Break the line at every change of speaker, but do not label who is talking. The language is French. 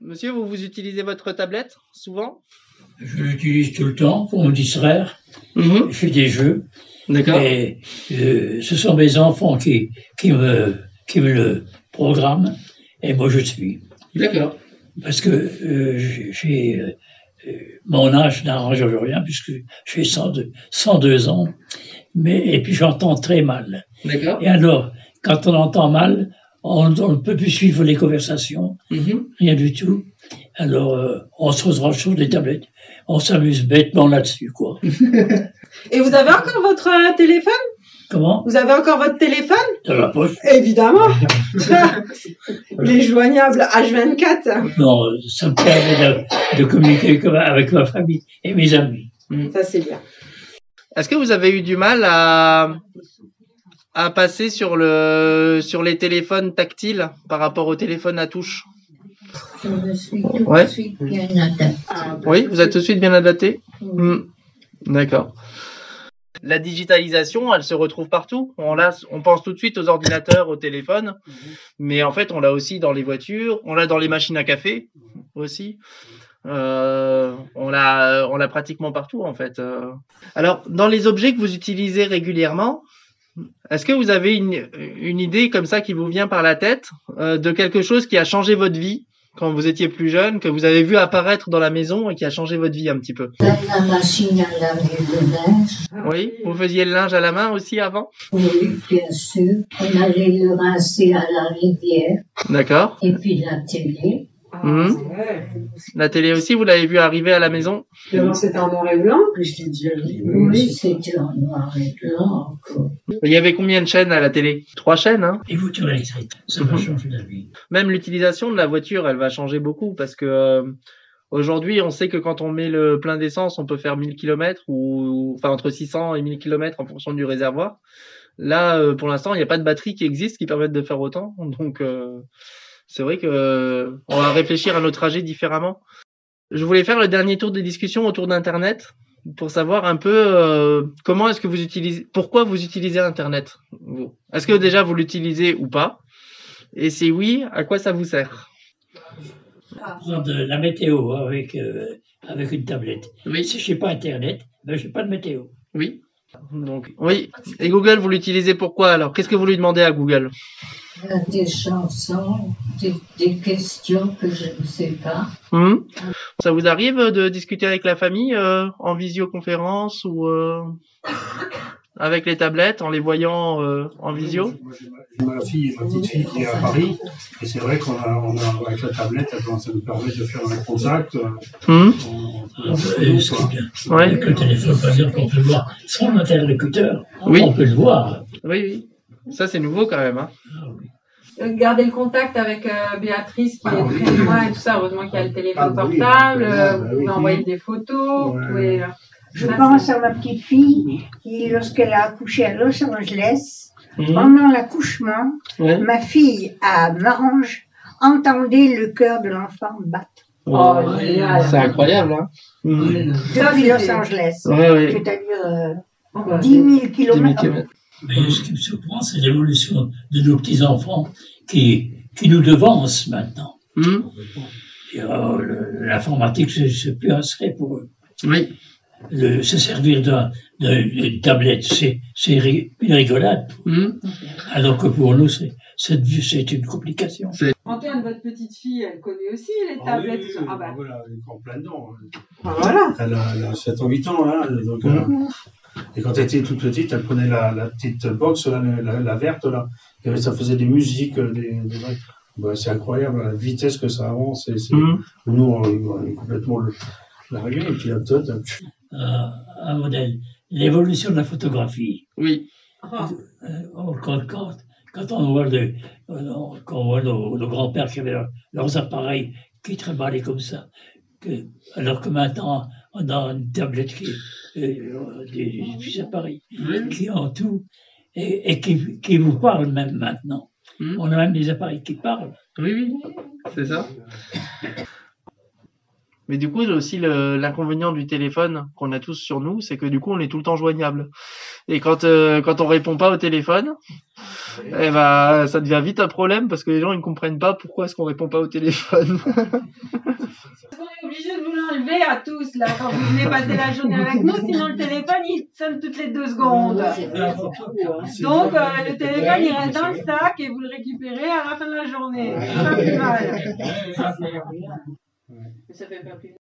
Monsieur, vous, vous utilisez votre tablette souvent
Je l'utilise tout le temps pour me distraire.
Mhm,
Je fais des jeux.
D'accord.
Et euh, ce sont mes enfants qui, qui, me, qui me le programment. Et moi, je suis.
D'accord.
Parce que euh, j'ai- j'ai. euh, euh, mon âge n'arrange rien puisque j'ai 102, 102 ans, mais, et puis j'entends très mal.
D'accord.
Et alors, quand on entend mal, on on ne peut plus suivre les conversations,
Mhm,
rien du tout. Alors, euh, on se retrouve sur des tablettes, on s'amuse bêtement là-dessus, quoi.
Et vous avez encore votre euh, téléphone
Comment
Vous avez encore votre téléphone
Dans la poche
Évidemment Il est joignable H24.
Non, ça me permet de, de communiquer comme- avec ma famille et mes amis.
Ça, c'est bien.
Est-ce que vous avez eu du mal à, à passer sur, le, sur les téléphones tactiles par rapport au téléphone à touche
Je me suis tout
Ouais.
de suite bien adaptée.
Ah,
Oui, vous êtes tout de suite bien adapté
Oui.
Hmm. D'accord. La digitalisation, elle se retrouve partout. On, l'a- on pense tout de suite aux ordinateurs, aux téléphones, mais en fait, on l'a aussi dans les voitures, on l'a dans les machines à café aussi. Euh, on l'a on l'a pratiquement partout, en fait. Euh, Alors, dans les objets que vous utilisez régulièrement, est-ce que vous avez une, une idée comme ça qui vous vient par la tête euh, de quelque chose qui a changé votre vie quand vous étiez plus jeune, que vous avez vu apparaître dans la maison et qui a changé votre vie un petit peu
Même la machine à laver le linge,
Ah,
Ah oui, vous faisiez le linge à la main aussi avant
oui, bien sûr. On allait le rincer à la rivière.
D'accord.
Et puis la télé.
ah,
Mhm.
Ouais.
La télé aussi, vous l'avez vu arriver à la maison
D'abord, c'était en noir et blanc.
Je l'ai déjà vu.
Oui, c'était en noir et blanc encore.
Il y avait combien de chaînes à la télé Trois chaînes, hein
Les voitures électriques, ça
Mhm.
va changer la vie.
Même l'utilisation de la voiture, elle va changer beaucoup parce que euh, aujourd'hui, on sait que quand on met le plein d'essence, on peut faire 1000 km ou enfin entre 600 et 1000 km en fonction du réservoir. Là, euh, pour l'instant, il n'y a pas de batterie qui existe qui permette de faire autant. Donc, euh, c'est vrai que euh, on va réfléchir à nos trajets différemment. Je voulais faire le dernier tour des discussions autour d'Internet pour savoir un peu euh, comment est-ce que vous utilisez, pourquoi vous utilisez Internet. vous. Est-ce que déjà vous l'utilisez ou pas Et si oui, à quoi ça vous sert
Prendre euh, la météo avec, euh, avec une tablette. Et si je n'ai pas Internet, ben, je n'ai pas de météo.
Oui. Donc, oui. Et Google, vous l'utilisez pourquoi alors Qu'est-ce que vous lui demandez à Google
Il y a des chansons, des, des questions que je ne sais pas.
Hum Ça vous arrive de discuter avec la famille euh, en visioconférence ou euh, avec les tablettes en les voyant euh, en visio
Moi, j'ai ma- j'ai Ma fille et ma petite fille qui est à Paris, et c'est vrai qu'on a, on a, avec la tablette, attends, ça nous permet de faire un contact. euh,
Hum
on- on peut
Euh,
la faire nous,
ce qui
quoi.
est bien,
Ouais.
avec le téléphone, par exemple, on peut le voir sans l'interlocuteur.
Oui.
On peut le voir.
Oui, oui. Ça, c'est nouveau quand même. Hein.
Euh, Garder le contact avec euh, Béatrice qui est très loin et tout ça. Heureusement qu'il y a le téléphone
Ah, oui,
portable.
oui,
euh,
oui,
Vous
oui.
pouvez envoyer des photos.
Ouais.
vous pouvez, euh,
Je pense à ma petite fille qui, lorsqu'elle a accouché à Los Angeles,
Hmm
pendant l'accouchement,
Hum. Ouais.
ma fille à Marange entendait le cœur de l'enfant battre.
Oh, génial.
Ah, C'est incroyable. Hein.
Depuis Los Angeles,
Ouais, ouais.
c'est-à-dire euh,
on va-
10 000
1000
kilomètres.
kilomètres.
Mais ce qui me surprend, c'est l'évolution de nos petits-enfants qui, qui nous devance maintenant.
Hum
Et, oh, le- L'informatique, c'est- c'est plus un secret pour eux.
Oui.
Le- se servir d'un- d'un- d'une tablette, c'est c'est ri- une rigolade.
Hum
Alors que pour nous, c'est- c'est c'est une complication.
Antoine, votre petite fille, elle connaît aussi les
Ah oui,
tablettes.
oui,
tout ça.
oui,
Ah bah,
Voilà, elle est en plein dedans.
Ah, Voilà.
Elle a, elle a 7 ans, 8 ans, là. Donc, euh,
Mmh.
et quand elle était toute petite, elle prenait la, la petite box, là, la, la- la verte, là. Il y avait- ça faisait des musiques, euh, des, des trucs. Bah, c'est incroyable la vitesse que ça avance. Et c'est-
Mmh.
Hum.
Nous, on, on est complètement le- largués. Et puis la tête, euh, pff,
euh, un modèle. L'évolution de la photographie.
Oui.
Euh, on- quand, quand- quand on voit, le- euh, quand on voit nos, nos grands-pères qui avaient leurs, leurs appareils qui trimballaient comme ça, que- alors que maintenant, on a une tablette qui, euh, des, des appareils qui ont tout et, et qui, qui vous parlent même maintenant.
Mhm.
On a même des appareils qui parlent.
Oui, oui, c'est ça. Mais du coup, aussi le- l'inconvénient du téléphone qu'on a tous sur nous, c'est que du coup, on est tout le temps joignable. Et quand, euh, quand on répond pas au téléphone, eh ben, ça devient vite un problème parce que les gens ils ne comprennent pas pourquoi est-ce qu'on répond pas au téléphone.
On est obligé de nous l'enlever à tous, là, quand vous venez passer la journée avec nous, sinon le téléphone, il sonne toutes les deux secondes. Donc, euh, le téléphone, il reste dans le sac et vous le récupérez à la fin de la journée. C'est pas plus mal. Ça fait pas plus mal.